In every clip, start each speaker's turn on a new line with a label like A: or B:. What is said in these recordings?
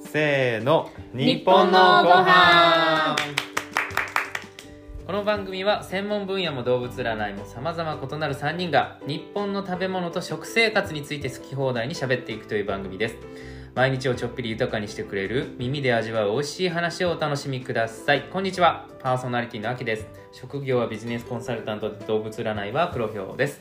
A: せーの
B: 日本のご飯
C: この番組は専門分野も動物占いもさまざま異なる3人が日本の食べ物と食生活について好き放題に喋っていくという番組です毎日をちょっぴり豊かにしてくれる耳で味わう美味しい話をお楽しみくださいこんにちはパーソナリティのあきです職業はビジネスコンサルタントで動物占いは黒ひょうです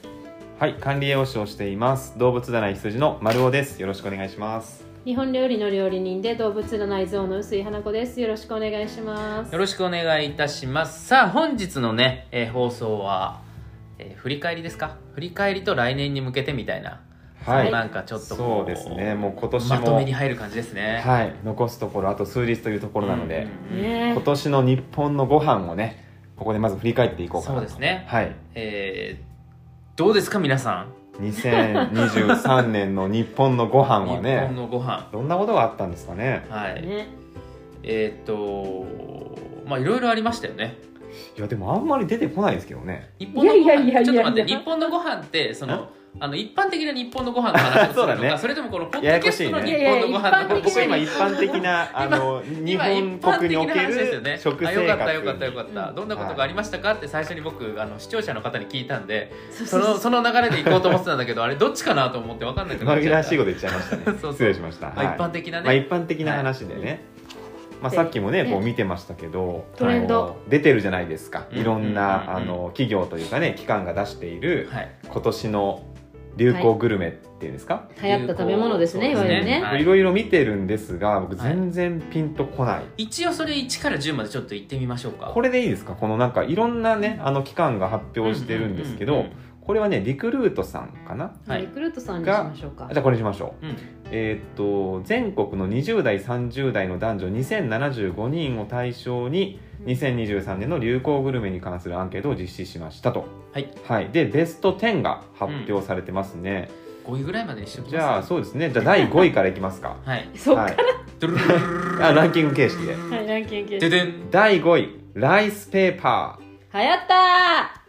A: はい管理栄養士をしています動物占い羊の丸尾ですよろしくお願いします
B: 日本料理の料理人で動物占い像の薄井花子ですよろしくお願いします
C: よろしくお願いいたしますさあ本日のね、えー放送は、えー振り返りですか振り返りと来年に向けてみたいな、
A: は
C: そ
A: い
C: のなんかちょっとこ
A: そうですねもう今年も
C: まとめに入る感じですね、
A: はい残すところあと数日というところなので、
C: うんうんうん
B: ね
A: 今年の日本のご飯をねここでまず振り返っていこうかな
C: そうですね
A: はい
C: えーどうですか皆さん、
A: 2023年の日本のご飯は
C: 日本
A: ね
C: のご飯
A: どんなことがあったんですかね
C: はい、
B: ね
C: えーっとまあいろいろありましたよね
A: いやでもあんまり出てこないですけどね
C: 日本のご飯
B: いやいやいやいや
C: ちょっと待って日本のご飯ってそのあの一般的な日本のご飯の話をするの
A: そう
C: か
A: だね
C: それともこのポッドキ
A: ややこ
C: ャ
A: し
C: ス
A: い
C: ト
A: ね
C: の日本のご飯の
B: いやいや一般的
A: 僕
B: な
A: 今一般的なあの日
C: 今
A: 本国における食
C: あ
A: 生活
C: よかったよかったよかった、
B: うん
C: どんなことがありましたかって最初に僕あの視聴者の方に聞いたんで
B: そう
C: そ
B: そうそう
C: のその流れで行こうと思ってたんだけどあれどっちかなと思って分かんなくなっ
A: 紛
C: ち
A: ら
C: ゃ
A: わ
C: っ
A: しいこ
C: た
A: と言っちゃいましたね
C: そうそう
A: 失礼しました、
C: まあ
A: はい
C: 一般的なね、
A: まあ、一般的な話でね、まあ、さっきもねこう見てましたけど
B: トレンド
A: あの出てるじゃないですか
C: うん
A: いろんな、
C: うんうんうん
A: あの企業というかね機関が出している
C: はい、
A: 今年の流行グルメっていうんですか、
B: 流行った食べ物ですねい
C: そう
B: わ
C: ですね
B: ゆるね
C: はい
A: いろいろ見てるんですが僕
C: はい
A: 全然ピンとこない、
C: 一応それ1から10までちょっと行ってみましょうか
A: これでいいですかこのなんかいろんなねあの機関が発表してるんですけど、
C: うんうんうん
A: これはねリクルートさんかな
C: はい
B: リクルートさんにしましょうか
A: じゃあこれにしましょう
C: うんうん
A: えーっと全国の20代30代の男女2075人を対象に2023年の流行グルメに関するアンケートを実施しましたと
C: はい、
A: でベスト10が発表されてますね、
C: 5位ぐらいまでにしときます
A: じゃあそうですねじゃあ第5位からいきます か
C: はい
B: そう
A: は
B: か
A: い、
C: ドゥルルルルルル
A: あランキング形式で
B: はいランキング
C: で
B: 流行っ
C: でん
A: 第5位ライスペーパ
B: た
A: ー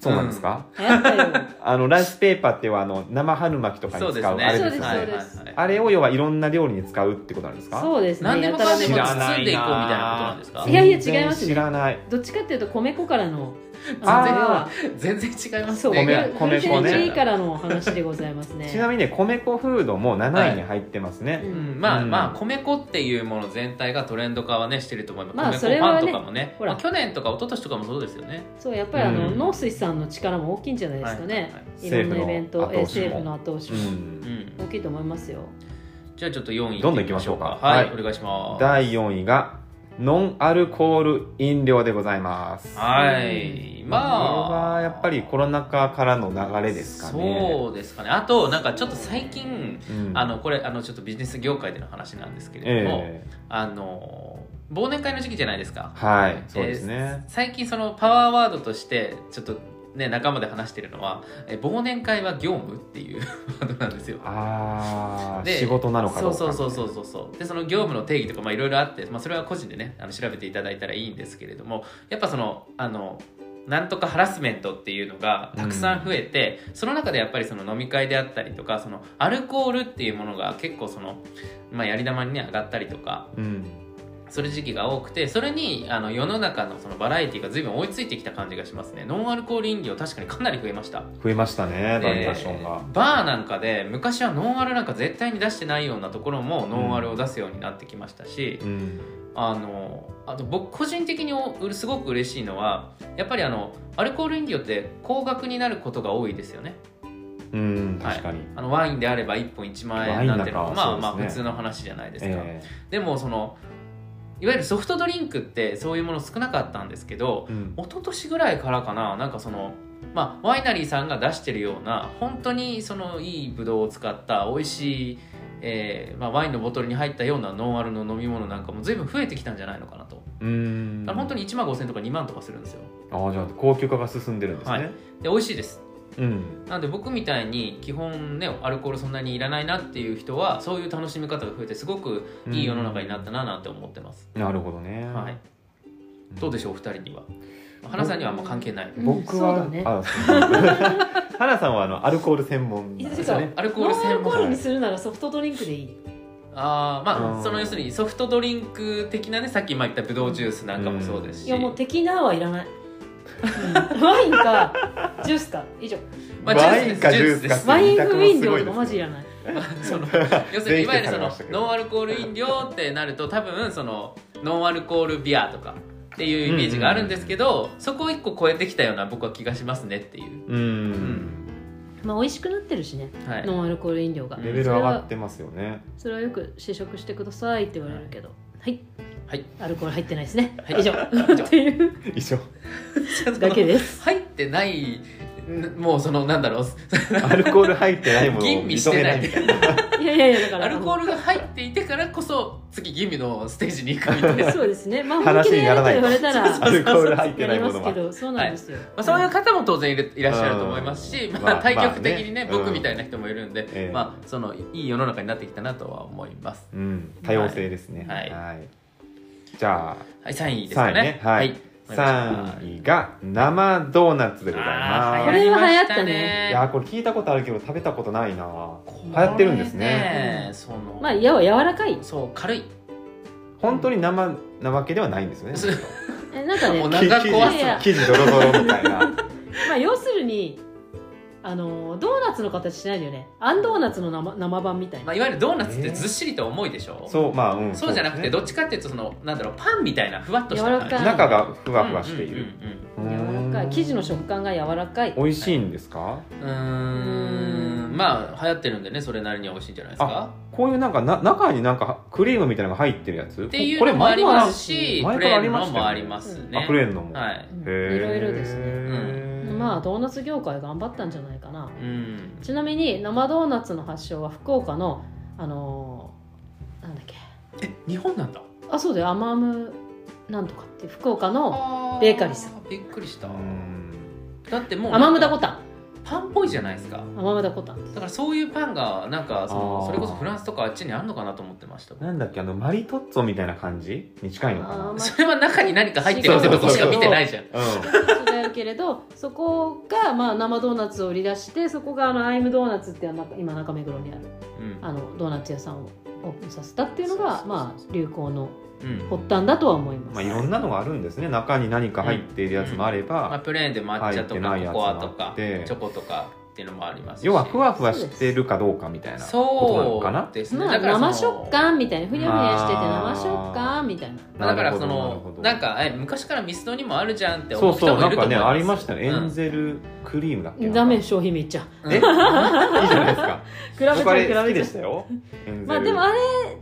A: そうなんですか、
B: ー流行ったよ
A: あのライスペーパーってはあの生春巻きとか
C: そ
A: に
C: うで
A: 使
C: す
A: う
C: ね
A: あれ
B: そ
A: で
B: う
A: す
B: で
A: よね
B: す
C: はいはい
B: そうで
C: はい
B: す
A: あれを要はいろんな料理に使うってことなんですか
B: そうですね
C: 何でもかんでも
A: 知
C: 包
A: らない
C: んでいこうみたいなことなんですか
B: いやいや違いま
A: 全
B: すね
A: 然知らない
B: どっちかっていうと米粉からの
A: あ
C: 全然違います
B: そう
C: ね
A: 米
C: が、
B: フル
A: 米粉ね
B: フルテンジからのお話でございますね
A: ちなみにね米粉フードも7位に入ってますね、
B: はいううん
C: まあ、
A: うん
C: まあ米粉っていうもの全体がトレンド化はねしてると思います、
B: まあ
C: 米
B: それ
C: 粉パ
B: は
C: ン
B: ね
C: とかもね
B: ほら
C: まあ、去年とか一昨年とかもそうですよね
B: そうやっぱりあの、
A: うん
B: 農水さんの力も大きいんじゃないですかね、
C: はいはいはい
B: いろんなイベント、えー
A: 政
B: 政
A: 府
B: 府
A: の
B: の後押し
A: う
B: も
C: うんん、
B: 大きいと思いますよ。
C: じゃあちょっと4位
A: どんどん行きましょうか
C: はい、
A: はい
C: お願いします
A: 第4位がノンアルコール飲料でございます
C: はいまあ
A: これはやっぱりコロナ禍からの流れですかね
C: そうですかねあとなんかちょっと最近
A: そう、ん
C: あのこれあのちょっとビジネス業界での話なんですけれども、
A: ええ
C: あの忘年会の時期じゃないですか
A: はいそうですね、
C: 最近そのパワーワードとしてちょっとね仲間で話してるのはえ忘年会は業務っていうワードなんですよ
A: ああ
C: で
A: 仕事なのかど
C: そうう
A: か
C: そうそうそうそうそうでその業務の定義とかまあいろいろあって、まあ、それは個人でねあの調べていただいたらいいんですけれどもやっぱそのあのなんとかハラスメントっていうのがたくさん増えて、その中でやっぱりその飲み会であったりとかそのアルコールっていうものが結構その、まあ、やり玉に、ね、上がったりとか
A: うん
C: する時期が多くてそれにあの世の中のそのバラエティが随分追いついてきた感じがしますねノンアルコール飲料確かにかなり増えました
A: 増えましたねバリエーションが、
C: でバーなんかで昔はノンアルなんか絶対に出してないようなところもノンアルを出すようになってきましたし、
A: うん
C: あのあと僕個人的におうすごく嬉しいのはやっぱりあのアルコール飲料って高額になることが多いですよね
A: うん確かに、
C: あのワインであれば1本1万
A: ワイ
C: 円
A: ンな
C: なんん
A: か
C: てのは
A: は
C: まあまあ
A: そうですね
C: 普通の話じゃないですか、
A: え
C: でもそのいわゆるソフトドリンクってそういうもの少なかったんですけど
A: えうん
C: 一昨年ぐらいからかななんかその、まあ、ワイナリーさんが出してるような本当にそのいいブドウを使った美味しい、えーまあ、ワインのボトルに入ったようなノンアルの飲み物なんかも随分増えてきたんじゃないのかなと、
A: うん
C: だから本当に1万5000とか2万とかするんですよ
A: ああじゃあ高級化が進んでるんですね、
C: はいで美味しいです
A: うん
C: なんで僕みたいに基本ねアルコールそんなにいらないなっていう人はそういう楽しみ方が増えてすごくいい世の中になったななんて思ってます、
A: なるほどね、
C: はいどうでしょうお二人には花さんにはあんま関係ない、
B: うん
A: 僕は、
B: そうだね
A: あそう 花さんはあのアルコール専門なんですよ
B: そう
A: ね
C: アルコー
B: ノ
C: ル
B: ンア
C: 専
B: ルコ
C: 門
B: ールにするならソフトドリンクでいい。
C: あーまあ、
A: うん
C: その要するにソフトドリンク的なねさっきまあ言ったブドウジュースなんかもそうですし、
B: いやもう的なはいらない、うんワインかジュースか以上
C: まあ
A: ワインか
C: ジ
A: ジ
C: ュー
A: ュ
C: ス
A: ー
C: で
A: ス
C: す
A: か
B: ワイン不飲
A: すご
B: 料
A: いで
B: とか
A: す
B: マジいらない
C: その要するにいわゆるそのノンアルコール飲料ってなると多分そのノンアルコールビアとかっていうイメージがあるんですけど、そこを一個超えてきたような僕は気がしますねっていう、
A: うん
B: まあ美味しくなってるしね、
C: はい、
B: ノンアルコール飲料が
C: うん
A: レベル上がってますよね
B: それはよく試食してくださいって言われるけどはい
C: はい
B: アルコール入ってないですね、
C: はい
B: 以上
C: 以上
B: っていう
A: 以上
B: だ けです
C: 入ってないんもうそのなんだろう
A: アルコール入ってないもの
C: 吟
A: を
C: 味して
A: 認め
C: な
A: ないい
C: み
A: み
C: た
A: たい
C: いな
A: な
B: いやいやいやだから
C: アルコールが入っていてからこそ次吟味のステージに行くみたいな、ま
B: そうですねまあ本
A: 話
B: 気で
A: に
B: や
A: なら
B: ると
A: ない
B: 言われた ら
A: アルコール入って
B: や
A: ない
B: りま
A: もの
B: す
A: は
B: けどそうなんですよ、
C: あ、そういう
B: は
C: 方も当然いるいらっしゃると思いますし、
A: うん
C: まあ、
A: まあ
C: 対極的にね,、
A: まあね
C: 僕みたいな人もいるんで、
A: ええ
C: まあ、そのいい世の中になってきたなとは思います
A: うん多様性ですね
C: はい
A: じゃあ
C: はい3位ですかね
A: 三位ねはい
C: 位
A: 3位が生ドーナツでござい
B: こ
A: ま
B: れ
A: す
B: は流行ったね
A: いやーこれ聞いたことあるけど食べたことないな
C: こ
A: 流行ってるんですね
C: れその
B: い、まあやは柔らかい
C: そう軽い
A: 本当に生なわけではないんですよね
C: そう
B: えなんかね
C: もう中壊
B: いやいや
A: 生地ドロドロみたいな
B: まあ要するにあのードーナツの形しないのよねあんドーナツの生生版みたい
C: ま
B: な、
C: あ、いわゆるドーナツってずっしりと重いでしょ、
A: そうまあうん
C: そうじゃなくて
A: そう
C: どっちかっていうとそのなんだろうパンみたいなふわっとした
B: 柔
A: です
C: 感
B: らかい
A: ね中がふわふわしている
C: うんうんうんうん
B: 柔らかい生地の食感が柔らかい
A: 美味しいんですか
C: うーんまあ流行ってるんでねそれなりには美味しいんじゃないです
A: あ
C: か
A: こういうなんかな中になんかクリームみたいなのが入ってるやつ
C: っていう
A: これ
C: のもあ
A: 前
C: り
A: か
C: ま
A: ら
C: すし
A: 前
C: プ
A: から
C: レ
A: あ
C: ー
A: り
C: ン
A: ま
C: の
A: した
C: も
A: よ
C: あ
A: ね
C: りますね、
A: あプレーンのも
C: は
A: へ
C: い、
B: うんい
A: ー
B: ろいろですね
A: うん
B: まあドーナツ業界頑張ったんじゃないかな
C: うん、
B: ちなみに生ドーナツの発祥は福岡のあのーなんだっけ
C: え日本なんだ
B: あそうだよアマムなんとかって福岡のベーカリーさ
C: んびっくりした
A: うん
C: だってもう
B: アマムダコタン
C: パンっぽいじゃないですか
B: アマムダコタン
C: だからそういうパンがなんかそ
A: あ
C: の
A: ー
C: それこそフランスとかあっちにあんのかなと思ってました
A: なんだっけあのマリトッツォみたいな感じに近いのかな
B: あー
C: それは中に何か入ってるってとこしか見てないじゃん
A: う
B: 違うけれどそこがまあ生ドーナツを売り出してそこがあのアイムドーナツっていうのが今中目黒にある
C: うん
B: あのドーナツ屋さんをオープンさせたっていうの
C: そ
B: が
C: うそうそうそう
B: まあ流行の
C: うん
B: 発端だとは思います、
A: まあいろんなのがあるんですね中に何か入っているやつもあれ
C: まあ、
A: ば
C: プレーンで抹茶と
A: 入って
C: か
A: ないや
C: コ
A: つ
C: コアとか
A: もあっ
C: チ
A: て
C: ョコとかっていうのもありますし
A: 要はふわふわしてるかどうかみたいなことなの
C: そ
A: かな
C: うですね
B: ま
C: だ
B: あ
C: からその
B: 生食感みたいなふにゃふにゃしてて
A: あー
B: 生食感みたいな
C: まあだからそ
A: なるほ
C: の
A: ど
C: なんかえ昔からミスドにもあるじゃんって
A: そ
C: 思
A: う
C: う人
A: そう
C: もい
A: な
C: る
A: ん
C: と
A: か
C: 思い
A: ね
C: ます
A: ありましたねエ
C: うん
A: ンゼルクリームだっけ
B: ダメ
A: し
B: 商品めっちゃ
A: えいいじゃないですか
B: 比べちゃう
A: 僕あれ
B: 比
A: 好き
B: べ
A: で
B: ちゃ
A: したよエンゼ
B: うまあ
A: ル
B: でもあれ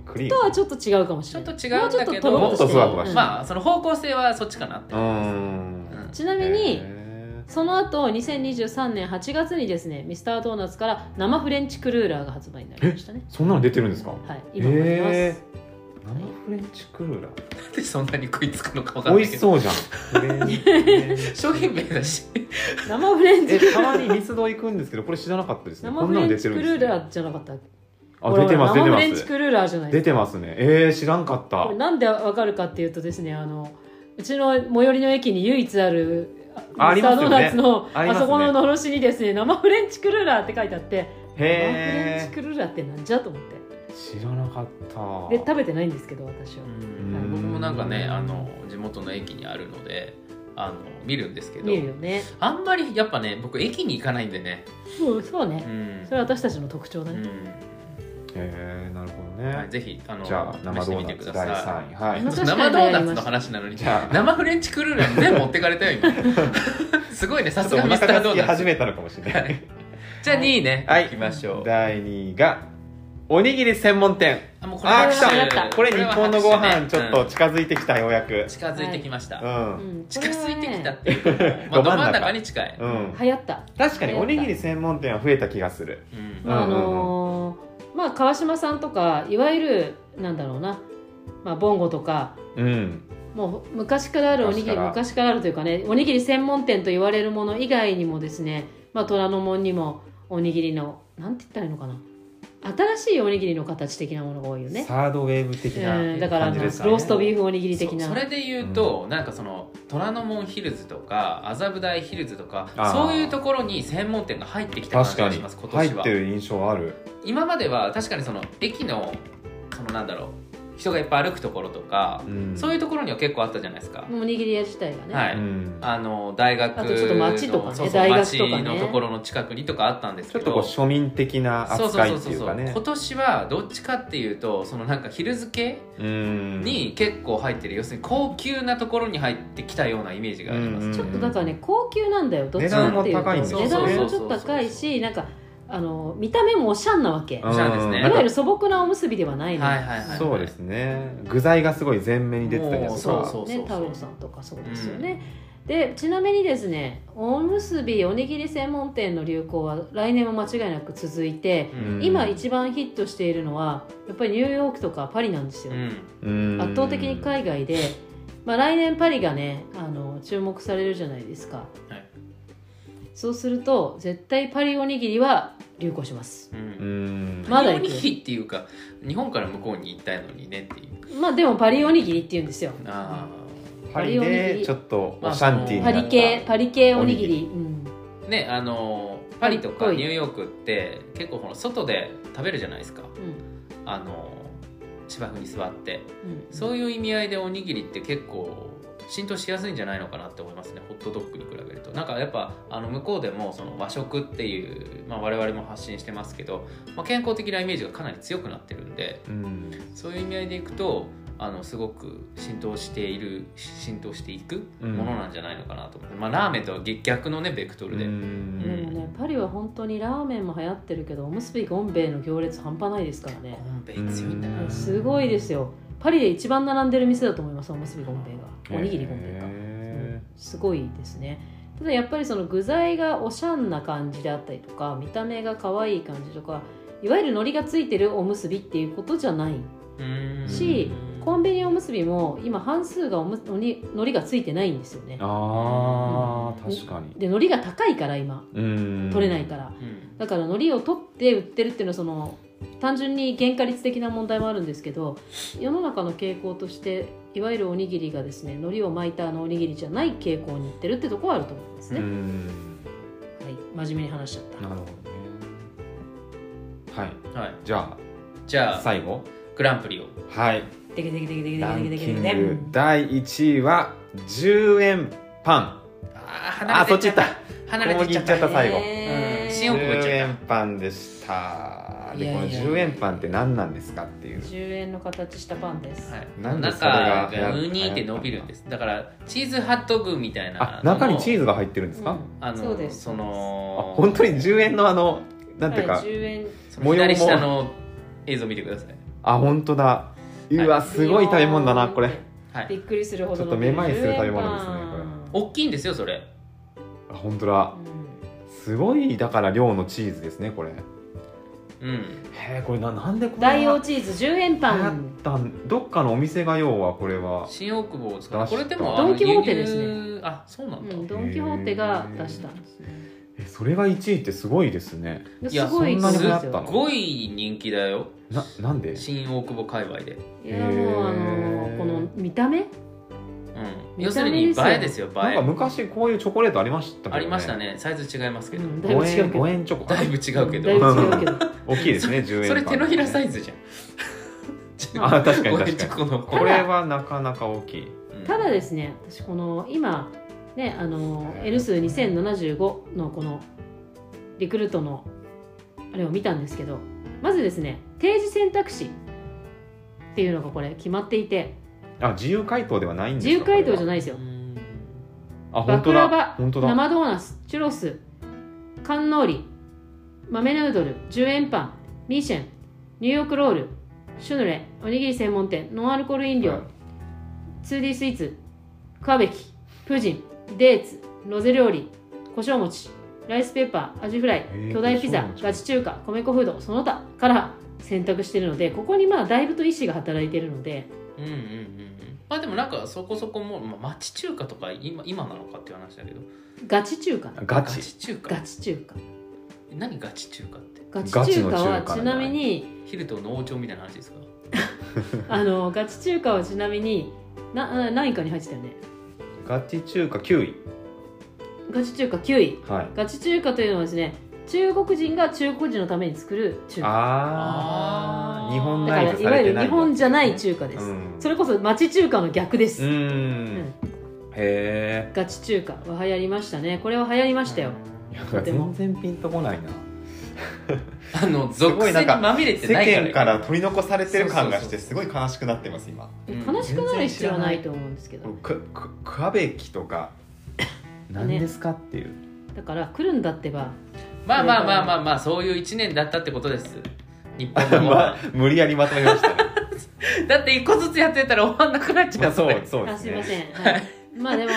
A: クリ
B: と
A: ー
B: は
A: ム
B: ちょっと違うかもし
C: ちょ
B: れ
C: っ
B: ない
C: と違うんだけど
B: もうちょ
A: もっと
B: っととろっとしてる
A: ふわふわしてる
C: まあその方向性はそっちかなって
A: うーん
B: ちなみに、
A: へ
B: その後2023年8月にですねミスタードーナツから生フレンチクルーラーが発売になりましたね
A: ーそんなの出てるんですか
B: はい今もあります、
A: えー生フレンチクルーラー
C: なんでそんなに食いつくのかわかんな
A: 美
C: い
A: 味
C: け
A: し
C: ど
A: そうじゃんフレン チ
C: 商品名だし
B: 生フレンチ
A: えたまにミスド行くんですけどこれ知らなかったですね
B: 生
A: こ
B: フ
A: んな
B: レ
A: の
B: ン
A: 出
B: チ
A: て
B: ク
A: るん
B: ル
A: です
B: ー
A: ね
B: ラーじゃなかった
A: あ出てます出て
B: 生フ
A: ま
B: レンチ
A: す
B: クルーラーじゃないです
A: 出
B: か
A: てますねえー、知らんかった
B: これなんでわかるかっていうとですねあのうちの最寄りの駅に唯一ある
A: あ
B: ミスタードーナ
A: あります
B: ツの
A: よねありますね
B: そこののろしにですね生フレンチクルーラーって書いてあって生フレンチ
A: へえ
B: クルーラーってなんじゃと思って
A: 知らなかった
B: で食べてないんですけど私は
C: うん僕もなんかねあの地元の駅にあるのであの見るんですけど
B: 見るよね
C: あんまりやっぱね僕駅に行かないんでね
B: そうそう
C: う
B: ね
C: ん
B: それは私たちの特徴だ
C: う
B: ね
C: ん
A: へえなるほど
C: はい
A: ね
C: ぜひあの
A: じゃあ生
C: 試し
A: ド
C: てみ
A: ー
C: て
A: ナ
C: く
A: ツ
C: ださ
A: 第
C: い
A: 3位はい、
B: 確かに
C: 生ドーナツの話なのに
A: じゃあ
C: 生フレンチクルーラー全部持ってかれたよ今 すごいねさ
A: ちょっ
C: す
A: とお
C: がミスタ
A: 腹
C: ー
A: が
C: ド
A: 空き
C: ーナ
A: 始
C: ツ
A: めたのかもしれ
C: は
A: ないい
C: じゃあ2位ね、
A: はい
C: 行きましょう
A: 第2位がおにぎり専門店
C: あもうこ
A: あ
B: ー来た
C: 拍手
A: これ日本のご
C: これは
A: 飯
C: 拍
A: ち
C: 手
A: ょ
C: ね
A: っと近づいてきたようやく
C: うん近づいてきました、
A: うん、
B: うん
C: 近づいてきたっ
B: こ
C: ていうか、ま
A: ど
C: あ、
A: 真
C: ど
A: ん中
C: 真ん中に近い、
A: うん
B: れはね流行った
A: 確かに
B: 流行
A: お
B: った
A: にぎり専門店は増えた気がする
C: うん
B: まああのーまあ川島さんとかいわゆるなんだろうなまあボンゴとか
A: うん
B: もう昔からあるおにぎ
A: 昔
B: り
A: から
B: 昔からあるというかねおにぎり専門店と言われるもの以外にもですね、まあ、虎ノ門にもおにぎりのなんて言ったらいいのかな新しいおにぎりの形的なものが多いよね、
A: サードウェーブ的
B: うん、
A: な
B: だからあ
A: 感じ
B: のロ
A: ですかね
B: ーストビーフおにぎり的な
C: そそれで言うと、なんかその虎ノ門ヒルズとか麻布台ヒルズとか
A: あー
C: そういうところに専門店が入ってきた感
A: 確
C: じ
A: か
C: が
A: に
C: します今
A: 入
C: 年
A: っ
C: は
A: てる印象ある
C: 今までは確かにその駅のそのなんだろう人がいっぱい歩くところとか、
A: うん
C: そういうところには結構あったじゃないですか、
B: もうおにぎり屋自体がね、
C: はい
A: うん
C: あの大学の
B: あとちょっと街とかね
C: そうそう
B: 大学とかね
C: 街のところの近くにとかあったんです
A: ちょ
C: け
A: っ
C: ど
A: とこう庶民的な
C: そう
A: 扱
C: そう
A: いって
C: そうそう
A: いうかね
C: 今年はどっちかっていうとそのなんか昼付け
A: に
C: に結構入ってる、要するに高級なところに入ってきたようなイメージがあります、
A: うん
B: ちょっとだからね高級なんだよどっちかってい
A: 値段も
B: うと
A: 高いんですよね
B: 値段もちょっと高いしなんかあの見た目もおしゃんなわけ、
A: うん
C: おしゃれですね
B: いわゆ
A: なん
B: る
A: か
B: 素朴なおむすびではないの、
C: はいはいはい、はい、
A: そうですね具材がすごい前面に出てたりとか
C: そうそう
B: ね、太郎さんとかそうですよね、でちなみにですねおむすびおにぎり専門店の流行は来年も間違いなく続いて、
C: うん
B: 今一番ヒットしているのはやっぱりニューヨークとかパリなんですよ、
C: うん
A: うん
B: 圧倒的に海外で、まあ、来年パリがねあの注目されるじゃないですか、
C: はい
B: そうすると絶対パリおにぎりは流行します
C: うん
A: うん
B: まだ
C: 日
B: 行く
C: 本にっていうか日本から向こうに行ったのにねっていう
B: まあでもパリおにぎりって言うんですよ
C: あ
A: パリでちょっとオシャンティーに
B: パ
A: な
B: リ
A: っ
B: 系パリ系おにぎり
A: お
B: うん
C: ーねあのーパリとか
B: はい
C: ニューヨークって結構この外で食べるじゃないですか
B: うん
C: あのー芝生に座って
B: うん
C: そういう意味合いでおにぎりって結構浸透しやすいんじゃないのかなって思いますねホットドッグに比べるとなんかやっぱあの向こうでもその和食っていう、まあ、我々も発信してますけど、まあ、健康的なイメージがかなり強くなってるんで
A: うん
C: そういう意味合いでいくとあのすごく浸透している浸透していくものなんじゃないのかなと思って、まあ、ラーメンとは逆逆のねベクトルで、
A: うん
B: でもねパリは本当にラーメンも流行ってるけどおむすびゴンベイの行列半端ないですから
C: コ
B: ね
C: ンベイ強いんだな
A: うん
B: すごいですよパリで一番並んでる店だと思いますおむすびゴンベイがおにぎりゴンベイか
A: へ
B: すごいですねただやっぱりその具材がおしゃんな感じであったりとか見た目が可愛い感じとかいわゆる海苔がついてるおむすびっていうことじゃない
C: うん
B: し
C: うん
B: コンビニおむすびも今半数がおむおに海苔がついてないんですよね
A: ーあー確かに
B: で海苔が高いから今
A: うん
B: 取れないから
C: うん
B: だから海苔を取って売ってるっていうのはその単純に原価率的な問題もあるんですけど世の中の傾向としていわゆるおにぎりがですね海苔を巻いたあのおにぎりじゃない傾向にいってるってとこはあると思うんです
A: う
B: ね、
A: ん
B: はい、真面目に話しちゃっ
A: な
B: た
A: るほどねはい
C: はい、
A: じゃ
C: じ
A: あ
C: ゃあ
A: 最後
C: グランプリを
A: はい
B: でけでけでけでけで
A: ラ
B: け
A: ン
B: でけで
A: キ
B: けで
A: ン
B: け
A: グ第1位は10円パン
C: あー
A: あ
C: 離れ
A: そってち
C: い
A: 行
C: っ
A: っ
C: ち
A: た
C: ゃった離れていっちゃ
A: ここに行
C: っ
A: っちゃったた最後
B: えー
C: うん新大久保行
A: 10
C: っちゃっ
A: 円パンでした
B: いや
A: で
B: い
A: こ
B: や
A: の10円パンって何なんですかっていう
B: 10円の形したパンです、
C: た、はい、
A: なんでそれが
C: 中がウニって伸びるんですだからチーズハットグみたいな
A: あ中にチー
C: ズ
A: ズが入ってるんですか
C: あの
B: そうです
C: そ
A: あ
C: の
A: 本当に10円のあのなんていうか
B: はい、10円
C: その
A: 模様も
C: 左下の映像見てください
A: あ本当だうわすごい食べ物だなこれ
C: は
B: びっ
C: い
B: くりするほど
A: ちょっとめまいする食べ物ですねこれ
C: 大きいんですよそれ
A: あ本当だすごいだから量のチーズですねこれへ
C: うん
A: えこれななんでこれ
B: 大王チーズ10円パン
A: ったんどっかのお店が要はこれは
C: 新大久保を使
A: 出
C: う
A: した
C: これでも
B: ドンキホーテ
C: あの
B: ですね
C: 輸入あそうなんだ、
B: うんドン・キホーテが出したんですね
A: えそれが1位ってすごいですね
C: いや
B: すごい
A: そんなに流行
B: です
A: った
B: よ
A: の
C: すごい人気だよ
A: ななんで
C: 新大久保界隈で、
B: いやもうあ
A: へ
B: の
A: ー
B: この見た目
C: うん、
B: 見
C: 要す
B: た
C: る
B: 目
C: に映
B: ですよ
C: えですよ映
A: なん
C: え
A: か昔こういうチョコレートありましたけど、ね、
C: ありましたねサイズ違いますけど、
B: うんだいぶ
A: 5
B: 違う
A: 円
B: けど
A: 5円チョコ
C: だいぶ違うけど
B: だいぶ違 うけど
A: 大きいですね10円パン
C: それ手のひらサイズじゃんちょっ と
A: あ確かに
C: ごめん
A: 確か
C: ちょっとこの
A: これはなかなか大きい
C: うん
B: ただですね私この今ねあの
A: へー
B: N 数2075のこのリクルートのあれを見たんですけどまずですね提示選択肢っていうのがこれ決まっていて
A: あ自由回答ではないんです
B: 自
A: か
B: 由回答じゃ
A: い
B: ないですよ
C: うん
A: あ本
B: バ
A: 当
B: クラ
A: だ
B: バ
A: 本当だ
B: 生ドーナツチュロスカンノーリ豆ヌードル10円パンミーシェンニューヨークロールシュヌレおにぎり専門店ノンアルコール飲料、2D スイーツクワベキプジンデーツロゼ料理胡椒餅ライスペーパーアジフライ
A: ー
B: 巨大
A: 胡
B: ピ
A: 椒
B: ザ
A: 餅
B: ガチ中華米粉フードその他から選択しているのでここにまあだいぶと意思が働いているので
C: うんうんうんうんまあでもなんかそこそこもう、まあ、町中華とか今今なのかっていう話だけど
B: ガチ中華な
A: ガチ
C: 中華
B: ガチ中華
C: 何ガチ中華って
B: ガチ
A: ガチ
B: 中
A: の
B: 華は
A: 中華
B: ち
A: ね
B: なみに
C: ヒルトの王朝みたいな話ですか
B: あのガチ中華はちなみになな何位かに入ってたよね
A: ガチ中華9位
B: ガチ中華9位
A: はい
B: ガチ中華というのはですね中国人が中国人のために作る中華
A: あ
C: あ
A: あ
C: ー
A: 日本
B: だか
A: 内
B: らい
A: 緒さ
B: わ
A: れ
B: ゆ
A: て
B: る
A: ない
B: 日本じゃない中華です、
A: うん
B: それこそ町中華の逆で
A: う
B: す、
A: んへえ
B: ガチ中華は流行りましたねこれは流行りましたよ、
A: いや
B: とても
A: 全然ピンとこないな
C: あの
D: す
C: 属
D: ごい
C: 性
D: なん
C: に
D: か
C: まみれて
D: 世
C: ないから
D: 間から取り残されてる感がし
C: そ
D: て
C: う
D: すごい悲しくなってます今
C: うん
B: 悲しくなる必要はないと思うんですけど、
A: くくくわべきとか何ですかっていう、
B: だから来るんだってば
C: まあまあまあまあまあそういう1年だったってことです日本の ご
A: まあ
C: 飯
A: 無理やりまとめましたね
C: だって1個ずつやってたら終わんなくなっち
A: ま
C: ゃ
A: あ
C: う
A: そ
C: そう
A: そうで
B: あ
A: す
B: すいま
A: ね
B: せん、はい、 まあでも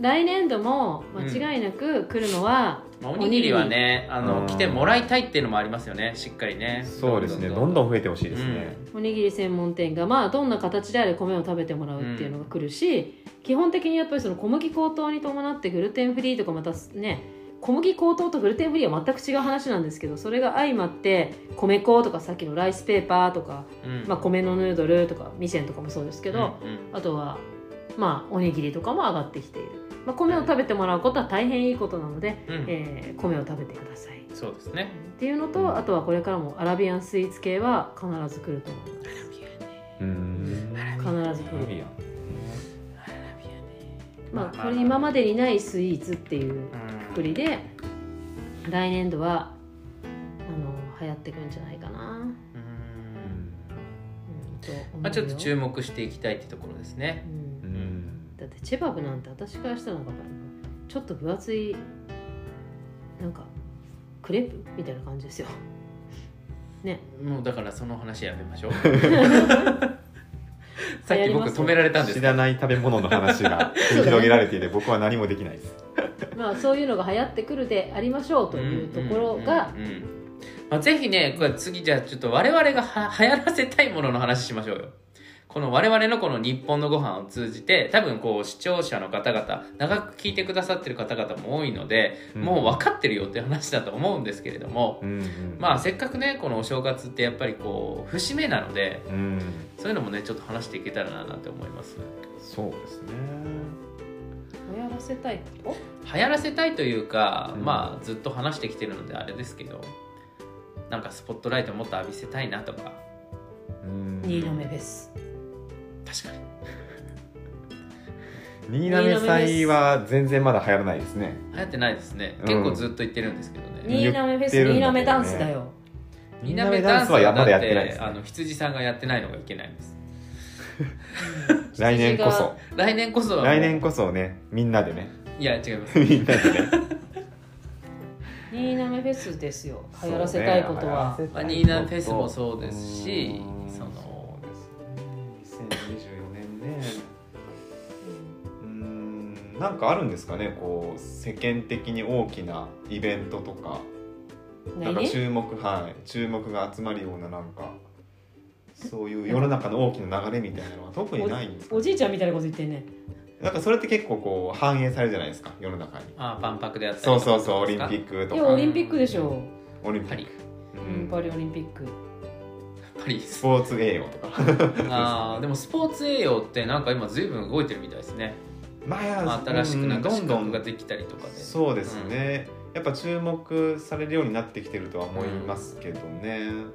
B: 来年度も間違いなく来るのは、
C: まあおにぎりはねあ
A: う
C: の
A: ん
C: 来てもらいたいっていうのもありますよねしっかりね
A: そうですねどんどん増えてほしいですね、
B: おにぎり専門店がまあどんな形であれ米を食べてもらうっていうのが来るし、基本的にやっぱりその小麦高騰に伴ってグルテンフリーとかまたね小麦高騰とグルテンフリーは全く違う話なんですけどそれが相まって米粉とかさっきのライスペーパーとか、
C: うん
B: まあ、米のヌードルとかミシェンとかもそうですけど、
C: うんうん
B: あとはまあおにぎりとかも上がってきている、まあ、米を食べてもらうことは大変いいことなので、
C: うん
B: えー米を食べてください
C: そうですね
B: っていうのとあとはこれからもアラビアンスイーツ系は必ず来ると思う
A: うーん
B: 必ず来
A: 無
B: る、
A: 理やん
B: まあ、これ今までにないスイーツっていうくくりで来年度はあの流行ってくんじゃないかな、う
C: う
B: ん
C: ん
B: と思うよ
C: まあ、ちょっと注目していきたいってところですね
B: うん
A: うん
B: だってチェバブなんて私からしたらなんかちょっと分厚いなんかクレープみたいな感じですよ
C: もうだからその話やめましょ うさっ
B: や
C: き
B: りま
C: 僕
B: す
C: 止められたんです
A: 知
C: けど
A: らない食べ物の話が繰り広げられていて僕は何もできないです
B: まあそういうのが流行ってくるでありましょうというところが
C: うんうんうんうんまあ、ぜひねこれ次じゃあちょっと我々がは流行らせたいものの話しましょうよこの我々のこの日本のご飯を通じて多分こう視聴者の方々長く聞いてくださってる方々も多いので、もう分かってるよって話だと思うんですけれども、
A: うん、うん
C: まあせっかくねこのお正月ってやっぱりこう節目なので
A: うん
C: そういうのもねちょっと話していけたらななんて思います
A: そうですね
B: 流行らせたいこと
C: 流行らせたいというか、
A: うん
C: まあずっと話してきてるのであれですけどなんかスポットライトもっと浴びせたいなとか
A: うん
B: 新滑フェス
C: 確かに
A: 新滑祭は全然まだ流行らないですね
C: 流行ってないですね
A: うん
C: 結構ずっと言ってるんですけどね、
B: 新滑フェ
A: 言っ
B: ス
A: てるんだけどね
B: 新滑ダンスだよ
C: み
A: 新
C: な
A: 滑
C: べ
A: ダ
C: ダ
A: ン
C: ン
A: ス
C: ス
A: は
C: は
A: ま
C: だ
A: だや
C: っ
A: ってない
C: て
A: です、
C: あ
A: ね
C: の、羊さんがやってないのがいけないんです
A: 来年こそ
C: 来年こそはもう
A: 来年こそねみんなでね
C: いや違います
A: みんなでね
B: 新滑フェスですよ流行らせたいことは、
A: そうね
C: まあニーナンフェスもそうですし
A: うん
C: その
A: そうですね2024年ねうんなんかあるんですかねこう世間的に大きなイベントとかな
B: 来
A: んか
B: 年
A: 注目はい注目が集まるようななんかそういう世の中の大きな流れみたいなのは特にないんですか
B: おじいちゃんみたいなこと言ってんね
A: なんかそれって結構こう反映されるじゃないですか世の中に
C: あ万博であったり
A: そう
C: と
A: そ
C: か
A: うそうオリンピック
B: い
A: と
B: や
A: か
B: オリンピックでしょ
A: オリンピ
C: パ
A: ッ
C: リ
A: ク
B: う、
A: うん
B: パリオリンピック
C: パリ
A: ス
C: ス
A: ポーツ栄養とか
C: あーでもスポーツ栄養ってなんか今随分動いてるみたいですね
A: ま
C: まあ新しくなんか
A: う
C: 資
A: ど
C: 格
A: んどん
C: ができたりとかで
A: そうですね、やっぱ注目されるようになってきてるとは思いますけどね、うん
B: うん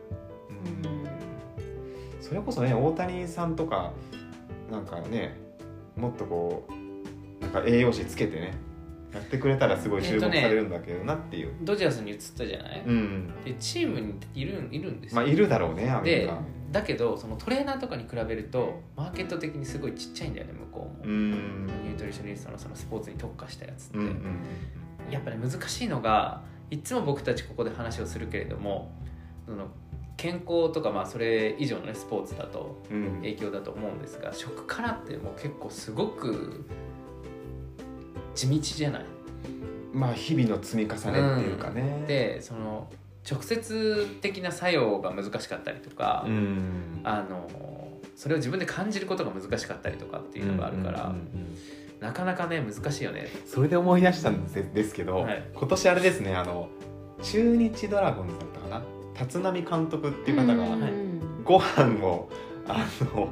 A: それこそね大谷さんとかなんかねもっとこうなんか栄養士つけてねやってくれたらすごい注目されるんだけどなっていう、
C: ドジャースに移ったじゃない、
A: うん
C: でチームにいるいるんですよ、
A: まあいるだろうねアメリ
C: で
A: カ
C: だけどそのトレーナーとかに比べるとマーケット的にすごいちっちゃいんだよね向こ
A: う
C: うも、
A: ん
C: ニュートリショニストのそのスポーツに特化したやつって、
A: うんうん
C: やっぱり難しいのがいつも僕たちここで話をするけれどもその健康とかまあそれ以上の、ね、スポーツだと
A: うん
C: 影響だと思うんですが食からってもう結構すごく地道じゃない
A: まあ日々の積み重ねっていうかね、
C: でその直接的な作用が難しかったりとか、
A: うん
C: あのそれを自分で感じることが難しかったりとかっていうのがあるから、
A: うんうんうん
C: なかなかね難しいよね
A: それで思い出したんですですけど、
C: はい
A: 今年あれですねあの中日ドラゴンズだったかな立浪監督っていう方が、
B: うん
C: はい
A: ご飯をあの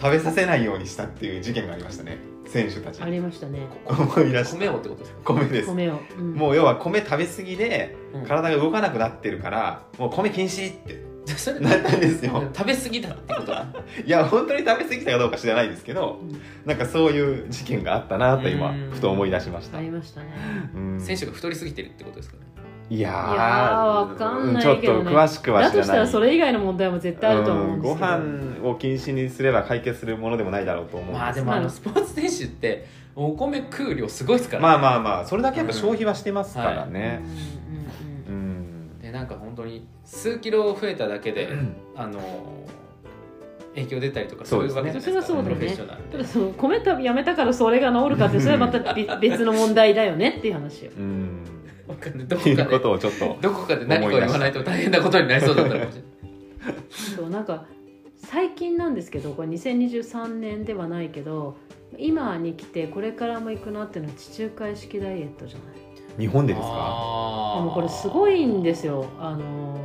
A: 食べさせないようにしたっていう事件がありましたね選手たち
B: ありましたね
A: 思い出し
C: 米をってことですか
A: 米です
B: 米を、うん
A: もう要は米食べ過ぎで
C: うん
A: 体が動かなくなってるからもう米禁止って
C: それ
A: なったんですよ
C: 食べ過ぎだってことだ
A: いや本当に食べ過ぎたかどうか知らないですけど
B: うん
A: なんかそういう事件があったなと今
C: うん
A: ふと思い出しました
B: ありましたね
A: うん
C: 選手が太りすぎてるってことですかね
A: いやー
B: いやーわかんないけどね
A: ちょっと詳しくは知らな
B: だ
A: い
B: としたらそれ以外の問題も絶対あるとは思うんですけど、
A: うんご飯を禁止にすれば解決するものでもないだろうと思うんです
C: まあでもあのスポーツ選手ってお米食う量すごいですからね、
A: まあまあまあそれだけやっぱ消費はしてますからね、
B: うんうんうん
A: うん
C: でなんか本当に数キロ増えただけで、あの影響出たりとかするわけじゃないですか
B: そうですね
C: プロフェッショナル
B: ただその米食べやめたからそれが治るかってそれはまたべ別 の問題だよねっていう話よ
A: うん
C: わかんないど
A: っていうこ
C: こと
A: をちょっと
C: でどこかで何かを言わないと大変なことになりそうだったのかもしれない
B: そうなんか最近なんですけどこれ2023年ではないけど今に来てこれからも行くなっていうのは地中海式ダイエットじゃない
A: 日本でですか
C: あ
B: で
C: ー
B: もこれすごいんですよあのー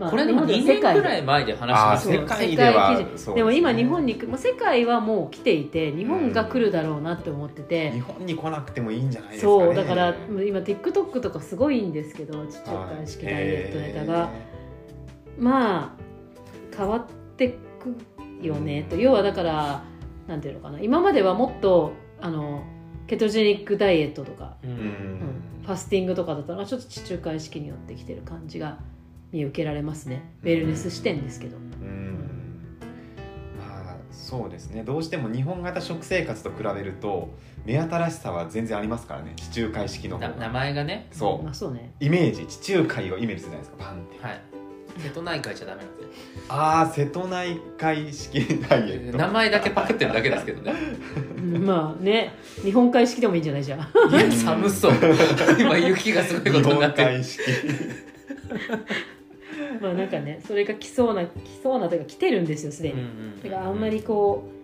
B: まあ
C: これでも
B: 日本
C: 2
B: では
C: 年
B: 世界で
C: ぐらい前で話し
A: あ
C: ま
A: あ
C: す
B: そう
A: 世
C: ね
A: 界では
B: 世界基準
A: そうすね
B: でも今日本に来るもう世界はもう来ていて日本が来るだろうなって思ってて、
A: 日本に来なくてもいいんじゃないですか、ね、
B: そうだから今 TikTok とかすごいんですけど地中海式ダイエットネタが、まあ変わってくよねと要はだからなんていうのかな今まではもっとあのケトジェニックダイエットとか、
C: うん
A: う
B: うんんファスティングとかだったらちょっと地中海式によってきてる感じが見受けられますねウェルネス視点ですけど。
A: うんまあそうですねどうしても日本型食生活と比べると目新しさは全然ありますからね地中海式の方
C: な
A: が
C: 名前がね
A: そう
B: まあ、そうね
A: イメージ地中海をイメージするじゃないですかパンって
C: はい瀬戸内海じゃダメなんですね
A: ああ瀬戸内海式ダイエット
C: 名前だけパクってるだけですけどね
B: うんまあね日本海式でもいいんじゃ ないじゃん
C: いや寒そう今雪がすごい
A: 日
C: ことにな
A: 本
C: ってる
A: 海式
B: まあなんかねそれが来そうな来そうなというか来てるんですよすでに、だからあんまりこう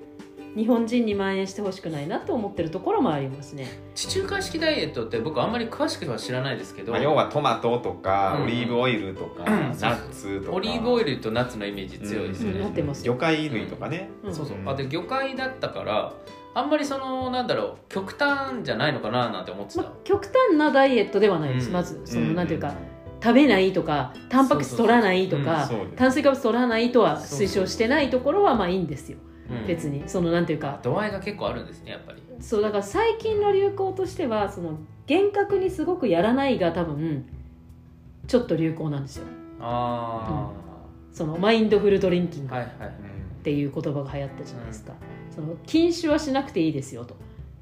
B: 日本人に蔓延してほしくないなと思ってるところもありますね
C: 地中海式ダイエットって僕あんまり詳しくは知らないですけど、
A: まあ要はトマトとか
C: うん
A: オリーブオイルとか
C: うん
A: ナッツとか
C: オリーブオイルとナッツのイメージ強いですよ
B: うんな
C: ね
B: っ、てます
A: 魚介類とかね
B: うん
C: そうそう
A: うん
C: あで魚介だったからあんまりそのなんだろう極端じゃないのかななんて思ってた、
B: まあ、極端なダイエットではないです、
C: うん
B: まずそ
A: うん
B: のなんていうか、食べないとかタンパク質取らないとか
A: そうです
B: 炭水化物取らないとは
C: そうそう
B: 推奨してないところはまあいいんですよ、
C: うん
B: 別にそのなんていうか
C: 度合いが結構あるんですねやっぱり
B: そうだから最近の流行としてはその厳格にすごくやらないが多分ちょっと流行なんですよ
C: あ
B: そのマインドフルドリンキン
C: あ、
B: グ
C: は
B: っ
C: いはい
B: ていう言葉が流行ったじゃないですか、その禁酒はしなくていいですよと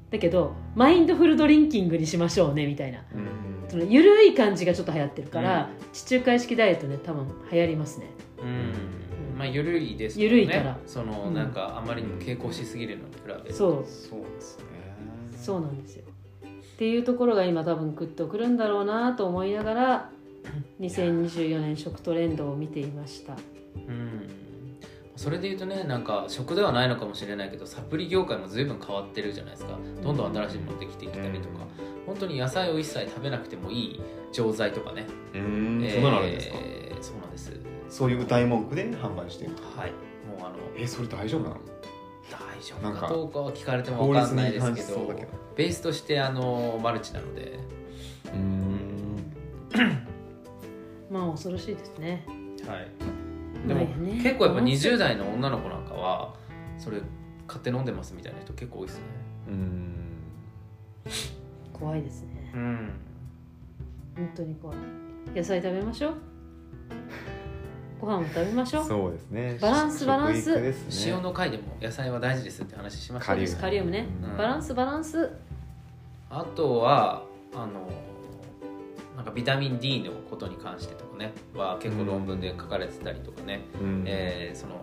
B: だけどマインドフルドリンキングにしましょうねみたいな
A: うん
B: その緩い感じがちょっと流行ってるから、地中海式ダイエットね多分流行りますね
C: うんまあ緩いです
B: 緩いから
C: その
B: うん
C: なんかあまりにも傾向しすぎるのに比べて
B: そう
A: そうですね
B: そうなんですよっていうところが今多分グッとくるんだろうなと思いなが ら2024年食トレンドを見ていました
C: うんそれで言うとねなんか食ではないのかもしれないけどサプリ業界も随分変わってるじゃないですかどんどん新しいものできてきたりとか、本当に野菜を一切食べなくてもいい錠剤とかね、
A: うん
C: えー
A: そんなのあるんですか
C: そうなんです
A: そういう歌い文句で販売してる
C: はいもうあの
A: えそれ大丈夫なの
C: 大丈
A: なん
C: 夫
A: か
C: かどうかは聞かれても分かんないですけ
A: 法律に違反しそ
C: ど
A: うだけど
C: ベースとしてあのマルチなので
A: うん
B: まあ恐ろしいですね
C: はいでも
B: まあね
C: 結構やっぱ20代の女の子なんかはそれ買って飲んでますみたいな人結構多いですね
A: うん
B: 怖いですね
C: うん
B: 本当に怖い野菜食べま しょうご飯も食べましょう
A: そうですね
B: バランスバランス
A: 食育ですね
C: 塩の回でも野菜は大事ですって話しました
A: カ
C: ね
A: リウ
B: カリウムね
A: うん
B: バランスバランス
C: あとはあのなんかビタミン D のことに関してとかねは結構論文で書かれてたりとかね、
A: うん
C: えーその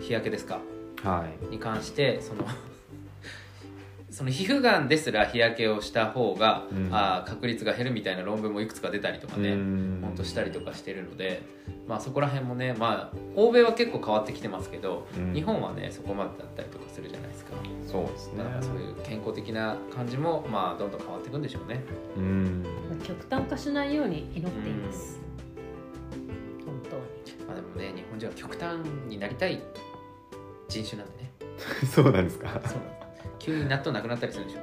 C: 日焼けですか
A: はい
C: に関してその その皮膚がんですら日焼けをした方が、
A: うん
C: あー確率が減るみたいな論文もいくつか出たりとかね、ほんとしたりとかしてるので、まあ、そこら辺もね、まあ、欧米は結構変わってきてますけど、
A: うん
C: 日本はねそこまでだったりとかするじゃないですか。
A: そうですね
C: だからそういう健康的な感じも、まあ、どんどん変わっていくんでしょうね。
A: うん
B: 極端化しないように祈っています本当に
C: まあ、でもね日本人は極端になりたい人種なんでね。
A: そうなんですか
C: そうなんです急に納豆なくなったりするんでしょ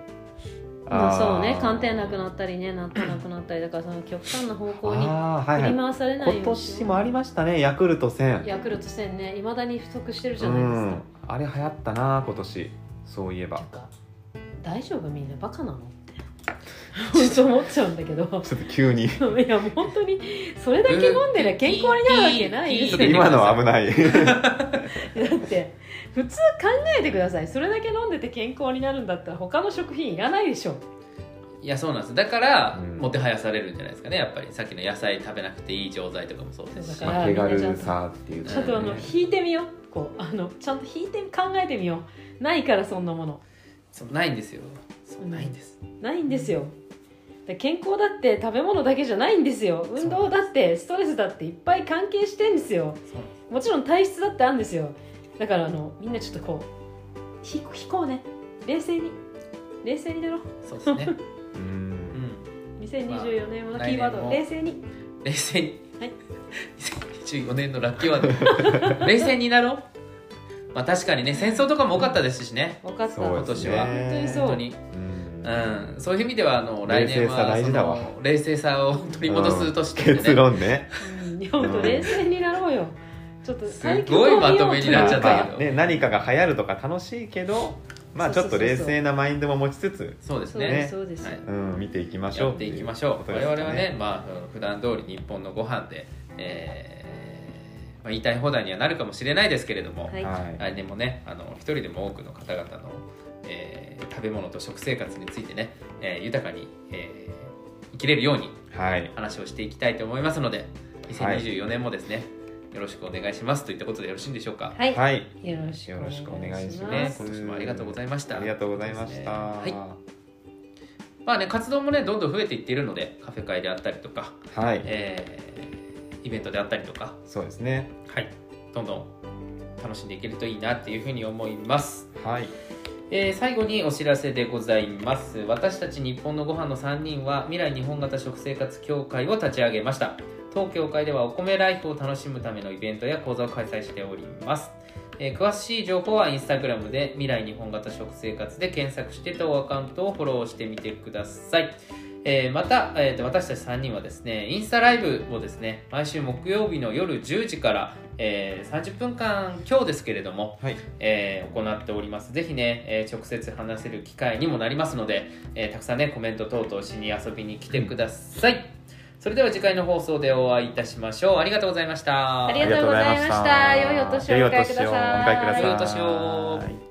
B: まあ、そうね寒天なくなったりね納豆なくなったりだからその極端な方向に
A: あー
B: 振
A: はい
B: り
A: はい
B: 回されないように
A: 今年もありましたねヤクルト1000
B: ヤクルト1000ねいまだに不足してるじ
A: う
B: ゃないです
A: んあれ流行ったな今年そういえば
B: か,、か大丈夫みんなバカなのって本当思っちゃうんだけど
A: ちょっと急にち
B: いや本当にそれだけ飲んでりゃ健康になるわけないです
A: ょっ
B: よ
A: と今のは危ない
B: だって普通考えてくださいそれだけ飲んでて健康になるんだったら他の食品いらないでしょ
C: いやそうなんですだから、
A: うん
C: もてはやされるんじゃないですかねやっぱりさっきの野菜食べなくていい錠剤とかもそうですし
B: そうだ
A: まあ手軽さっていうかね
B: ちょっとあの引いてみようこうあのちゃんと引いて考えてみようないからそんなもの
C: そうないんですよそうないんです、
B: ないんですよで健康だって食べ物だけじゃないんですよ運動だってストレスだっていっぱい関係してんですよ
C: そう
B: もちろん体質だってあるんですよだからあのみんなちょっとこうひ引こうね冷静に冷静に出ろ
C: そうですね、
A: う
C: うんん、
B: 2024年のキーワード、
C: まあ来年も
B: 冷静に
C: 冷静 に、
B: はい、
C: 2024年のラッキーワ ード冷静になろうまあ確かにね戦争とかも多かったですしね
B: 分かった
A: そうですね
C: 今
B: 年は本当にそう
C: 本当に
A: うん
C: うん、そういう意味ではあの来年は
A: 冷静さ大事だわ
C: その冷静さを取り戻す年として、ね
A: 結論ね
B: うんいや本当冷静になろうよちょっと最強
C: すごいまとめになっちゃったけど
A: まあね何かが流行るとか楽しいけどまあちょっと冷静なマインドも持ちつつ
C: そうです
B: そう
C: ね
B: ですそうです、
C: はい
A: うん見ていきましょ
C: や
A: う
C: っていきまし
A: っ
C: ょう
A: ていう
C: 我
A: ことですか
C: 々はね、まあ、普段通り日本のご飯で、えーまあ、言いたい放題にはなるかもしれないですけれども、
B: はい
A: はい
C: 来年もねあの一人でも多くの方々の、えー食べ物と食生活についてね、えー豊かに、えー生きれるように
A: はい
C: 話をしていきたいと思いますので
A: はい
C: 2024年もですね、よろしくお願いしますといったことでよろしいんでしょうか。
B: はい、
A: はい
B: よろしく
A: よろしくお
B: お
A: 願
B: 願
A: い
B: い
A: し
B: し
A: ま
B: ますす
C: ね今年もありがとうございました
A: ありがとうございました、
C: はいまあね、活動もねどんどん増えていっているのでカフェ会であったりとか、
A: はい、
C: えーイベントであったりとか、
A: そうですね
C: はい、どんどん楽しんでいけるといいなっていうふうに思います、
A: はい
C: えー最後にお知らせでございます私たち日本のご飯の3人は未来日本型食生活協会を立ち上げました当協会ではお米ライフを楽しむためのイベントや講座を開催しております、えー詳しい情報はインスタグラムで未来日本型食生活で検索して当アカウントをフォローしてみてくださいえーまた、えーと私たち3人はですねインスタライブをですね毎週木曜日の夜10時から、えー30分間今日ですけれども、
A: はい
C: えー行っておりますぜひね、えー直接話せる機会にもなりますので、えーたくさんねコメント等々しに遊びに来てください、それでは次回の放送でお会いいたしましょうありがとうございました
B: ありがとうございました
A: ありがとうございました
B: 良いお年をお迎えください
A: 良いお年をお迎えください
C: 良いお年を
A: はい